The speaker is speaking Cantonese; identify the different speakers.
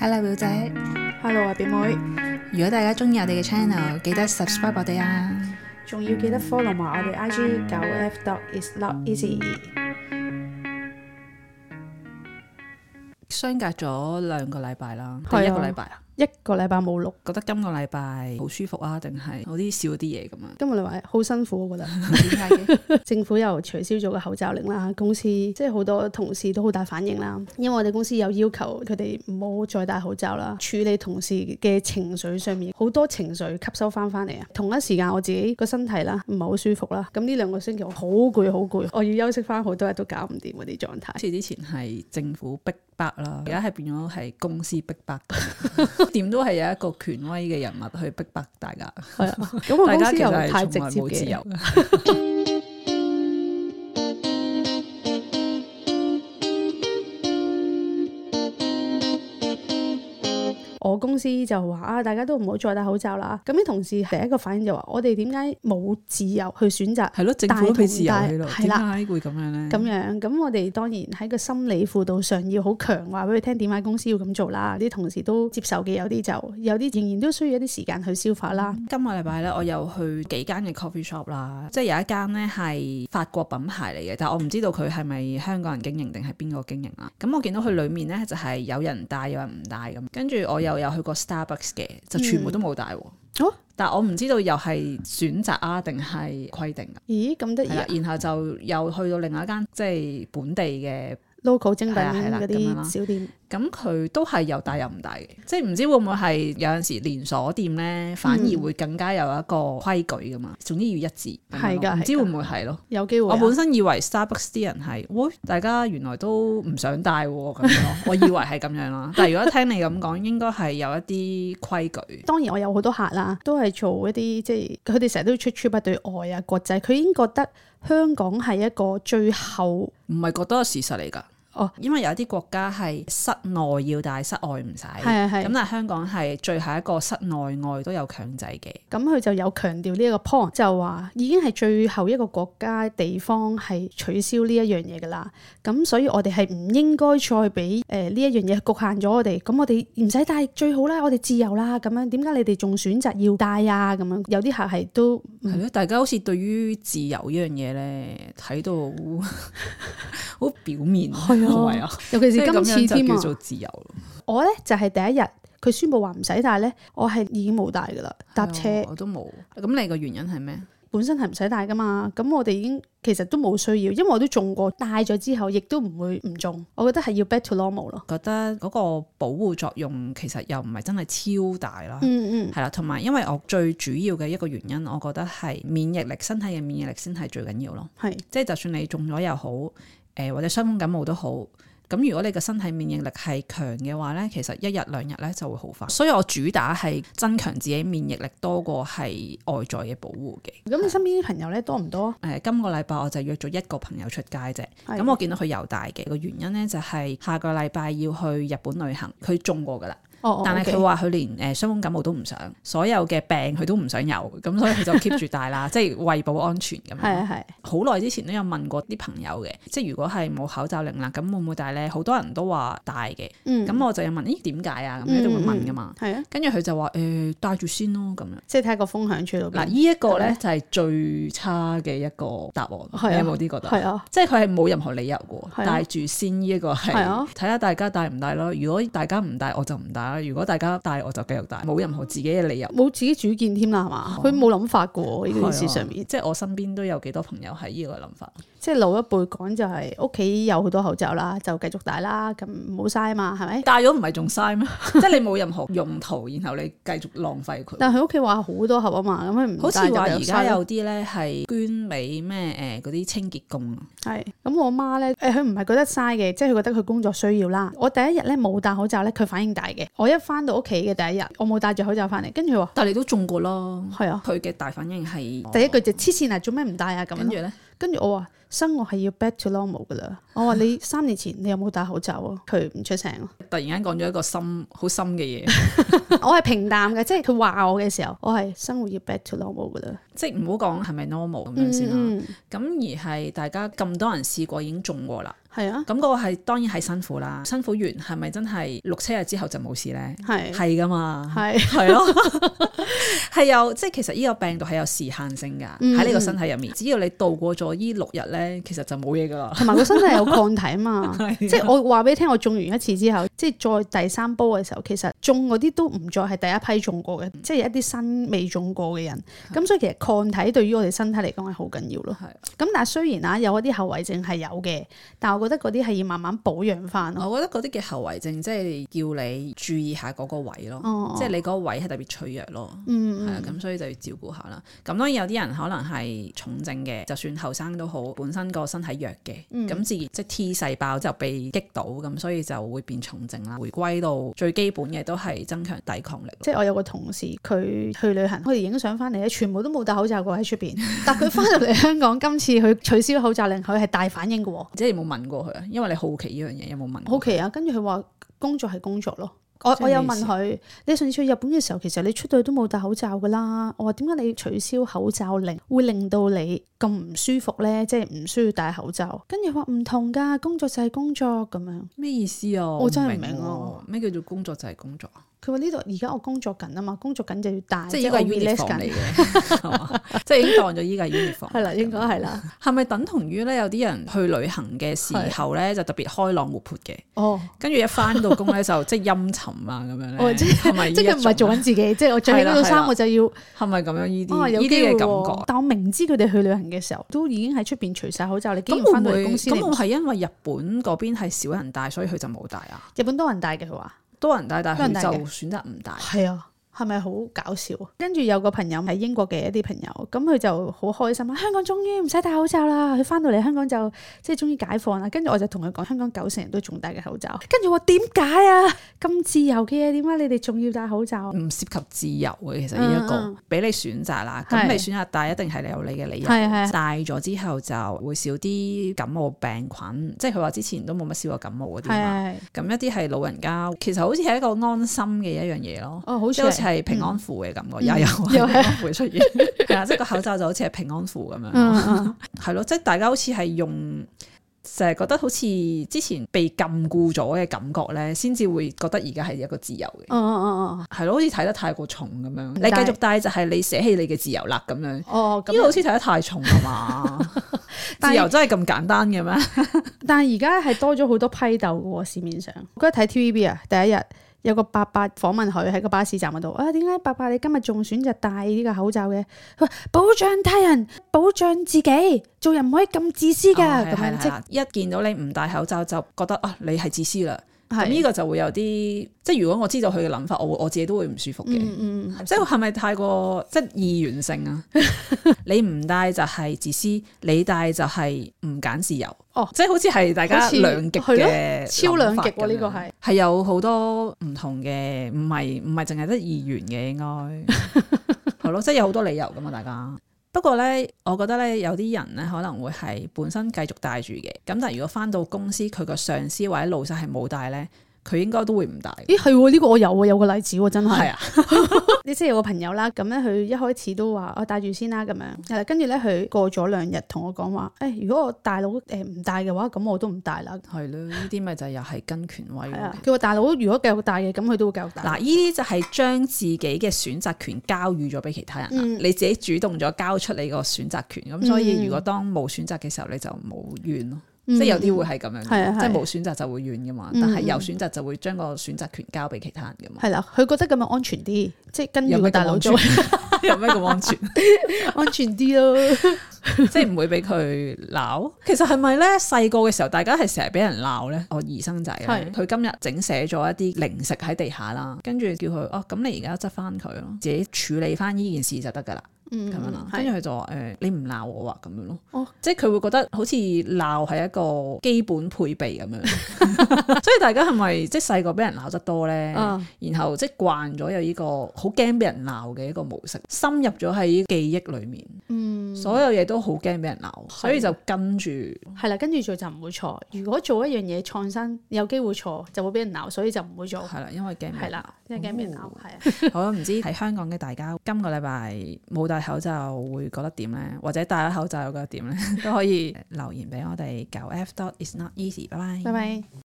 Speaker 1: Hello 表姐，
Speaker 2: Hello 啊，表妹，
Speaker 1: 如果大家中意我哋嘅 channel，記得 subscribe 我哋啊！
Speaker 2: 仲要記得 follow 埋我哋 IG 九 F dot is not easy。
Speaker 1: 相隔咗兩個禮拜啦，
Speaker 2: 係
Speaker 1: 定
Speaker 2: 啊
Speaker 1: 一個禮拜啊？
Speaker 2: 一個禮拜冇錄，
Speaker 1: 覺得今個禮拜好舒服啊，定係有啲少啲嘢咁啊？
Speaker 2: 今日禮拜好辛苦，我覺得。
Speaker 1: 點解嘅？
Speaker 2: 政府又取消咗個口罩令啦，公司即係好多同事都好大反應啦，因為我哋公司有要求佢哋唔好再戴口罩啦，處理同事嘅情緒上面好多情緒吸收翻翻嚟啊。同一時間我自己個身體啦唔係好舒服啦，咁呢兩個星期我好攰好攰，我要休息翻好多日都搞唔掂嗰啲狀態
Speaker 1: 好。似之前係政府逼迫啦，而家係變咗係公司逼迫， 點都係有一個權威嘅人物去逼迫大家。
Speaker 2: 係啊，咁我
Speaker 1: 大
Speaker 2: 公
Speaker 1: 家
Speaker 2: 司
Speaker 1: 其
Speaker 2: 又
Speaker 1: 實
Speaker 2: 唔
Speaker 1: 係
Speaker 2: 太直
Speaker 1: 從來
Speaker 2: 接
Speaker 1: 冇自
Speaker 2: 嘅。
Speaker 1: 由。
Speaker 2: 我公司就話啊，大家都唔好再戴口罩啦。咁啲同事第一個反應就話：我哋點解冇自由去選擇
Speaker 1: 係咯，政府都俾自由
Speaker 2: 大同
Speaker 1: 喺
Speaker 2: 大
Speaker 1: 度，
Speaker 2: 係
Speaker 1: 點
Speaker 2: 啦
Speaker 1: 解會咁樣咧？
Speaker 2: 咁樣？咁我哋當然喺個心理輔導上要好強，話俾佢聽點解公司要咁做啦。啲同事都接受嘅，有啲就有啲仍然都需要一啲時間去消化啦。
Speaker 1: 今個禮拜咧，我又去幾間嘅 coffee shop 啦，即係有一間咧係法國品牌嚟嘅，但我唔知道佢係咪香港人經營定係邊個經營啦。咁我見到佢裡面咧就係、有人帶，有人唔帶咁。跟住我又有去過 Starbucks 嘅，就全部都冇帶喎。
Speaker 2: 哦
Speaker 1: 但我唔知道又係選擇啊定係規定啊
Speaker 2: 咦，咁得意
Speaker 1: 係啦
Speaker 2: 啊，
Speaker 1: 然後就又去到另外一間即係本地嘅
Speaker 2: ！local 精品
Speaker 1: 係啦啊係啦
Speaker 2: 嗰
Speaker 1: 咁樣啦
Speaker 2: 啲小店，
Speaker 1: 咁佢都係有大有唔大嘅，即係唔知會唔會係有陣時連鎖店咧，反
Speaker 2: 嗯
Speaker 1: 而會更加有一個規矩噶嘛。總之要一致，咁樣
Speaker 2: 係
Speaker 1: 咯
Speaker 2: 㗎
Speaker 1: 唔知
Speaker 2: 係
Speaker 1: 會
Speaker 2: 㗎
Speaker 1: 唔會係咯？
Speaker 2: 有機會
Speaker 1: 我
Speaker 2: 啊。
Speaker 1: 本身以為 Starbucks 啲人係，喂，大家原來都唔想帶喎咁 樣咯，我以為係咁樣啦。但係如果聽你咁講，應該係有一啲規矩。
Speaker 2: 當然我有好多客啦，都係做一啲即係佢哋成日都出出不對外啊，國際佢已經覺得香港係一個最後
Speaker 1: 唔係覺得係事實嚟㗎。
Speaker 2: 哦，
Speaker 1: 因為有啲國家係室內要帶，室外唔使。
Speaker 2: 係啊係
Speaker 1: 咁但係香港係最後一個室內外都有強制嘅。
Speaker 2: 咁佢就有強調呢一個 point，就話已經係最後一個國家地方係取消呢一樣嘢㗎啦。咁所以我哋係唔應該再俾誒呢一樣嘢局限咗我哋。咁我哋唔使帶最好啦，我哋自由啦咁樣。點解你哋仲選擇要帶啊？咁樣有啲客係都
Speaker 1: 係咯，大家好似對於自由呢樣嘢咧，睇到 好好表面，
Speaker 2: 係啊
Speaker 1: 係啊，
Speaker 2: 尤
Speaker 1: 即
Speaker 2: 其是
Speaker 1: 係
Speaker 2: 今
Speaker 1: 咁
Speaker 2: 次
Speaker 1: 樣就
Speaker 2: 添啊
Speaker 1: 叫！做自由。
Speaker 2: 我咧就係、第一日佢宣布話唔使帶咧，我係已經冇帶㗎啦，搭車。
Speaker 1: 係啊我都冇。咁你個原因係咩？
Speaker 2: 本身係唔使帶噶嘛，咁我哋已經其實都冇需要，因為我都中過，帶咗之後亦都唔會唔中，我覺得係要 back to normal 咯。
Speaker 1: 覺得嗰個保護作用其實又唔係真係超大啦。
Speaker 2: 嗯嗯，
Speaker 1: 係啦，同埋因為我最主要嘅一個原因，我覺得係免疫力，身體嘅免疫力先係最緊要咯。
Speaker 2: 係
Speaker 1: 即係就算你中咗又好，誒、或者傷風感冒都好，咁如果你嘅身體免疫力係強嘅話咧，其實一日兩日咧就會好翻。所以我主打係增強自己免疫力多過係外在嘅保護嘅。
Speaker 2: 咁你身邊啲朋友咧多唔多？
Speaker 1: 誒、今個禮拜我就約咗一個朋友出街啫，
Speaker 2: 係
Speaker 1: 咁我見到佢又大嘅個原因咧就係、下個禮拜要去日本旅行，佢中過㗎啦。
Speaker 2: 哦，
Speaker 1: 但係佢
Speaker 2: 話
Speaker 1: 話佢連呃誒傷風感冒都唔想，所有嘅病佢都唔想有，咁所以佢就 keep 住戴啦，即係為保安全咁
Speaker 2: 係
Speaker 1: 樣。
Speaker 2: 啊係，
Speaker 1: 好耐之前都有問過啲朋友嘅，即係如果係冇口罩令啦，咁會唔會戴咧？好多人都話戴嘅，
Speaker 2: 嗯，
Speaker 1: 咁我就有問，咦點解啊？咁你都會問噶嘛。
Speaker 2: 係啊，
Speaker 1: 跟住佢就話誒戴住先咯咁樣。
Speaker 2: 即係睇下個風向處到
Speaker 1: 嗱，
Speaker 2: 邊。
Speaker 1: 呢一個
Speaker 2: 係
Speaker 1: 咧
Speaker 2: 咪
Speaker 1: 就係最差嘅一個答
Speaker 2: 係
Speaker 1: 案，
Speaker 2: 啊
Speaker 1: 你有冇啲覺得？
Speaker 2: 係啊，
Speaker 1: 即係佢係冇任何理由嘅
Speaker 2: 係
Speaker 1: 喎，
Speaker 2: 啊
Speaker 1: 戴住先呢一個係
Speaker 2: 係啊
Speaker 1: 睇下大家戴唔戴咯。如果大家唔戴，我就唔戴啦；如果大家戴，我就繼續戴，冇任何自己嘅理由。
Speaker 2: 冇自己主見添啦，係嘛？佢冇諗法嘅喎呢件事上
Speaker 1: 係啊
Speaker 2: 面，
Speaker 1: 即係我身邊都有幾多朋友係呢個諗法。
Speaker 2: 即係老一輩講就係屋企有好多口罩啦，就繼續戴啦，咁唔好嘥嘛，係咪？
Speaker 1: 戴咗唔係仲嘥咩？ 即係你冇任何用途，然後你繼續浪費佢。
Speaker 2: 但係佢屋企話好多盒啊嘛，咁佢唔
Speaker 1: 好似
Speaker 2: 戴就
Speaker 1: 話而
Speaker 2: 繼續
Speaker 1: 家
Speaker 2: 嘥咯
Speaker 1: 有啲咧係捐俾咩誒嗰啲清潔工啊，
Speaker 2: 係，咁我媽咧，誒佢唔係覺得嘥嘅，即係佢覺得佢工作需要啦。我第一日咧冇戴口罩咧，佢反應大嘅。我一翻到屋企嘅第一日，我冇戴住口罩翻嚟，跟住佢話
Speaker 1: 但係你都中過咯。
Speaker 2: 係啊，
Speaker 1: 佢嘅大反應係
Speaker 2: 第一句就黐線啊，做咩唔戴啊咁
Speaker 1: 哦跟住
Speaker 2: 樣。
Speaker 1: 咧，
Speaker 2: 跟住我話生活係要 back to normal 噶啦。我話你三年前你有冇戴口罩啊？ 佢唔出聲咯。
Speaker 1: 突然間講咗一個深好深嘅嘢，
Speaker 2: 我係平淡嘅，即係佢話我嘅時候，我係生活要 back to normal 噶啦。
Speaker 1: 即係唔好講係咪 normal 咁樣先啦。
Speaker 2: 嗯，
Speaker 1: 咁、而係大家咁多人試過已經中過啦，
Speaker 2: 係啊，
Speaker 1: 咁嗰個係當然係辛苦啦。辛苦完係咪真係六七日之後就冇事呢？
Speaker 2: 係
Speaker 1: 係噶嘛，
Speaker 2: 係
Speaker 1: 係咯，係有即係其實呢個病毒係有時限性㗎，
Speaker 2: 嗯
Speaker 1: 喺你個身體入面，只要你度過咗呢六日咧，其實就冇嘢㗎啦。
Speaker 2: 同埋個身體有抗體啊嘛。
Speaker 1: 即
Speaker 2: 即 係我話俾你聽，我中完一次之後，即係再第三波嘅時候，其實中嗰啲都唔再係第一批中過嘅，即係一啲新未中過嘅人。咁所以其實抗體對於我哋身體嚟講係好緊要咯。
Speaker 1: 係
Speaker 2: 咁但係雖然啊，有一啲後遺症係有嘅，但係我覺得嗰啲係要慢慢保養翻咯。
Speaker 1: 我覺得嗰啲嘅後遺症，即係叫你注意下嗰個位咯，
Speaker 2: 哦
Speaker 1: 即係你嗰個位係特別脆弱咯。
Speaker 2: 嗯，
Speaker 1: 係啊，咁所以就要照顧下啦。咁當然有啲人可能係重症嘅，就算後生都好，本身個身體弱嘅，咁、
Speaker 2: 嗯
Speaker 1: 自然即係 T 細胞就被擊倒，咁所以就會變重症啦。回歸到最基本嘅都係增強抵抗力。
Speaker 2: 即係我有個同事，佢去旅行，佢哋影相翻嚟咧，全部都冇戴口罩過喺出邊。但佢翻到嚟香港，今次佢取消口罩令，佢係大反應嘅喎。
Speaker 1: 即係有冇問過佢啊？因為你好奇呢樣嘢有冇問過？
Speaker 2: 好奇啊！跟住佢話工作係工作咯。我
Speaker 1: 即係
Speaker 2: 我有
Speaker 1: 咩
Speaker 2: 問
Speaker 1: 意思
Speaker 2: 佢，你上次去日本嘅時候，其實你出到去都冇戴口罩噶啦。我話點解你取消口罩令會令到你咁唔舒服呢？即係唔需要戴口罩。跟住話唔同㗎，工作就係工作咁樣。
Speaker 1: 咩意思啊？
Speaker 2: 我真係唔明
Speaker 1: 喎
Speaker 2: 啊！
Speaker 1: 咩叫做工作就係工作啊？
Speaker 2: 佢話呢度而家我工作緊啊嘛，工作緊就要戴，
Speaker 1: 即係依個
Speaker 2: 我
Speaker 1: 係
Speaker 2: relax
Speaker 1: uniform 嚟
Speaker 2: 緊。
Speaker 1: 嘅，係嘛？ 即係已經當咗依個係 uniform。
Speaker 2: 係啦，應該係啦。
Speaker 1: 係咪等同於咧？有啲人去旅行嘅時候咧，就特別開朗活潑嘅，
Speaker 2: 哦，
Speaker 1: 跟住一翻到工咧就 即係陰沉啊咁樣
Speaker 2: 哦
Speaker 1: 咧，
Speaker 2: 即
Speaker 1: 係 咪呢一
Speaker 2: 即
Speaker 1: 種
Speaker 2: 係
Speaker 1: 啊？
Speaker 2: 佢唔係做緊自己，即係我着起
Speaker 1: 係啦
Speaker 2: 嗰套
Speaker 1: 係
Speaker 2: 衫，
Speaker 1: 啦
Speaker 2: 我就要
Speaker 1: 係咪咁樣呢
Speaker 2: 啊
Speaker 1: 啲
Speaker 2: 有
Speaker 1: 呢
Speaker 2: 機
Speaker 1: 啲
Speaker 2: 會
Speaker 1: 嘅
Speaker 2: 喎
Speaker 1: 感覺？
Speaker 2: 但我明知佢哋去旅行嘅時候，都已經喺出邊除晒口罩，你竟然
Speaker 1: 咁會
Speaker 2: 翻
Speaker 1: 唔
Speaker 2: 到嚟
Speaker 1: 會
Speaker 2: 公司，
Speaker 1: 咁
Speaker 2: 你唔
Speaker 1: 會係因為日本嗰邊係少人戴，所以佢就冇戴啊？
Speaker 2: 日本多人戴嘅，佢話
Speaker 1: 多人戴，但
Speaker 2: 多
Speaker 1: 係
Speaker 2: 人
Speaker 1: 佢
Speaker 2: 戴
Speaker 1: 就
Speaker 2: 嘅
Speaker 1: 選擇唔戴。
Speaker 2: 係啊。係咪好搞笑？啊跟住有個朋友係英國嘅一啲朋友，咁佢就好開心啊！香港終於唔使戴口罩啦，佢翻到嚟香港就即係終於解放啦。跟住我就同佢講，香港九成人都仲戴嘅口罩。跟住我話點解啊？咁自由嘅嘢，點解你哋仲要戴口罩？啊
Speaker 1: 唔涉及自由嘅，其實呢一
Speaker 2: 嗯
Speaker 1: 個
Speaker 2: 嗯
Speaker 1: 俾你選擇啦。咁
Speaker 2: 係
Speaker 1: 你選擇戴，一定係你有你嘅理由。
Speaker 2: 係係
Speaker 1: 戴咗之後就會少啲感冒病菌，即係佢話之前都冇乜少過感冒嗰啲
Speaker 2: 係啊
Speaker 1: 嘛。
Speaker 2: 係
Speaker 1: 咁一啲係老人家，其實好似係一個安心嘅一樣嘢咯。
Speaker 2: 哦，好
Speaker 1: 即
Speaker 2: 似
Speaker 1: 係好似
Speaker 2: 係嗯
Speaker 1: 係平安符嘅感覺， 又有
Speaker 2: 又係
Speaker 1: 平安符出 現，係啊，即係個口罩就好似係平安符咁樣，
Speaker 2: 嗯嗯
Speaker 1: 係咯，即係大家好似係用，成日覺得好似之前被禁錮咗嘅感覺咧，先至會覺得而家係一個自由嘅
Speaker 2: 嗯。嗯嗯
Speaker 1: 係咯，好似睇得太過重咁樣。你
Speaker 2: 嗯但係
Speaker 1: 繼續戴就係你捨棄你嘅自由啦咁樣。呢
Speaker 2: 哦，咁
Speaker 1: 個好似睇得太重啊嘛！
Speaker 2: 但係
Speaker 1: 自由真係咁簡單嘅咩？
Speaker 2: 但係而家係多咗好多批鬥嘅喎，市面上。我嗰日睇 TVB 啊，第一日有個伯伯訪問佢喺個巴士站嗰度，啊點解伯伯你今日仲選擇戴呢個口罩嘅？佢話保障他人，保障自己，做人唔可以咁自私㗎，咁、
Speaker 1: 哦係啦
Speaker 2: 樣即
Speaker 1: 係啦，一見到你唔戴口罩就覺得啊，你係自私啦。咁呢
Speaker 2: 係
Speaker 1: 個就會有啲，即係如果我知道佢嘅諗法，我會我自己都會唔舒服嘅。
Speaker 2: 嗯嗯
Speaker 1: 即係係咪太過即係二元性 啊？你唔戴就係自私，你戴就係唔揀自由。
Speaker 2: 哦
Speaker 1: 即係好似係大家
Speaker 2: 好似
Speaker 1: 兩極嘅
Speaker 2: 超兩極喎呢個
Speaker 1: 個
Speaker 2: 係
Speaker 1: 係有好多唔同嘅，唔係唔係淨係得二元嘅應 該係咯，即係有好多理由噶嘛，大家。不過咧，我覺得咧有啲人咧可能會係本身繼續戴住嘅，咁但係如果翻到公司佢個上司或者老細係冇戴咧，佢應該都會唔戴。
Speaker 2: 咦係喎，呢、個我有啊喎，有個例子喎，真係。
Speaker 1: 係啊，
Speaker 2: 你即係有個朋友啦，咁咧佢一開始都話我哦戴住先啦，咁樣係啦，跟住咧佢過咗兩日同我講話，誒、如果我大佬誒唔戴嘅話，咁我都唔戴啦。
Speaker 1: 係咯，呢啲咪就係又係跟權威
Speaker 2: 係
Speaker 1: 咯
Speaker 2: 啊，。佢話大佬如果繼續戴嘅，咁佢都會繼續戴。
Speaker 1: 嗱，呢啲就係將自己嘅選擇權交予咗俾其他人啦。
Speaker 2: 嗯
Speaker 1: 你自己主動咗交出你個選擇權，咁所以如果當冇選擇嘅時候，你就冇怨咯。
Speaker 2: 嗯
Speaker 1: 即係有啲會係咁樣
Speaker 2: 係啊嗯
Speaker 1: 嘅，
Speaker 2: 係
Speaker 1: 即係冇選擇就會怨噶嘛。但係有選擇就會將個選擇權交俾其他人噶 嘛。
Speaker 2: 係啦，佢覺得咁樣安全啲，即係跟
Speaker 1: 啊有
Speaker 2: 住個
Speaker 1: 咩
Speaker 2: 大
Speaker 1: 咁
Speaker 2: 佬
Speaker 1: 安全
Speaker 2: 做？
Speaker 1: 有咩咁安全？
Speaker 2: 安全啲咯。
Speaker 1: 即係唔會俾佢鬧。其實係咪咧？細個嘅時候，大家係成日俾人鬧咧。我兒生仔呢
Speaker 2: 係
Speaker 1: 佢今日整寫咗一啲零食喺地下啦，跟住叫佢哦，咁你而家執翻佢咯，自己處理翻呢件事就得噶啦。咁樣啦。
Speaker 2: 嗯
Speaker 1: 跟住佢就話誒、呃你唔鬧我啊咁樣咯。
Speaker 2: 哦
Speaker 1: 即係佢會覺得好似鬧係一個基本配備咁樣。 所以大家係咪即係細個俾人鬧得多咧？
Speaker 2: 啊
Speaker 1: 然後即係慣咗有呢個好驚俾人鬧嘅一個模式，深入咗喺記憶裡面，
Speaker 2: 嗯，
Speaker 1: 所有嘢都好驚俾人鬧，所以就跟住
Speaker 2: 係啦，跟住做就唔會錯。如果做一樣嘢創新，有機會錯就會俾人鬧，所以就唔會做。
Speaker 1: 係啦，哦因為驚俾人
Speaker 2: 係啦，因為驚俾人鬧，係啊。
Speaker 1: 好啦，唔知喺香港嘅大家，今個禮拜冇戴口罩會覺得點呢？或者戴咗 口罩又覺得點呢？都可以留言俾我哋。九 F dot is not easy。拜拜
Speaker 2: 拜。拜。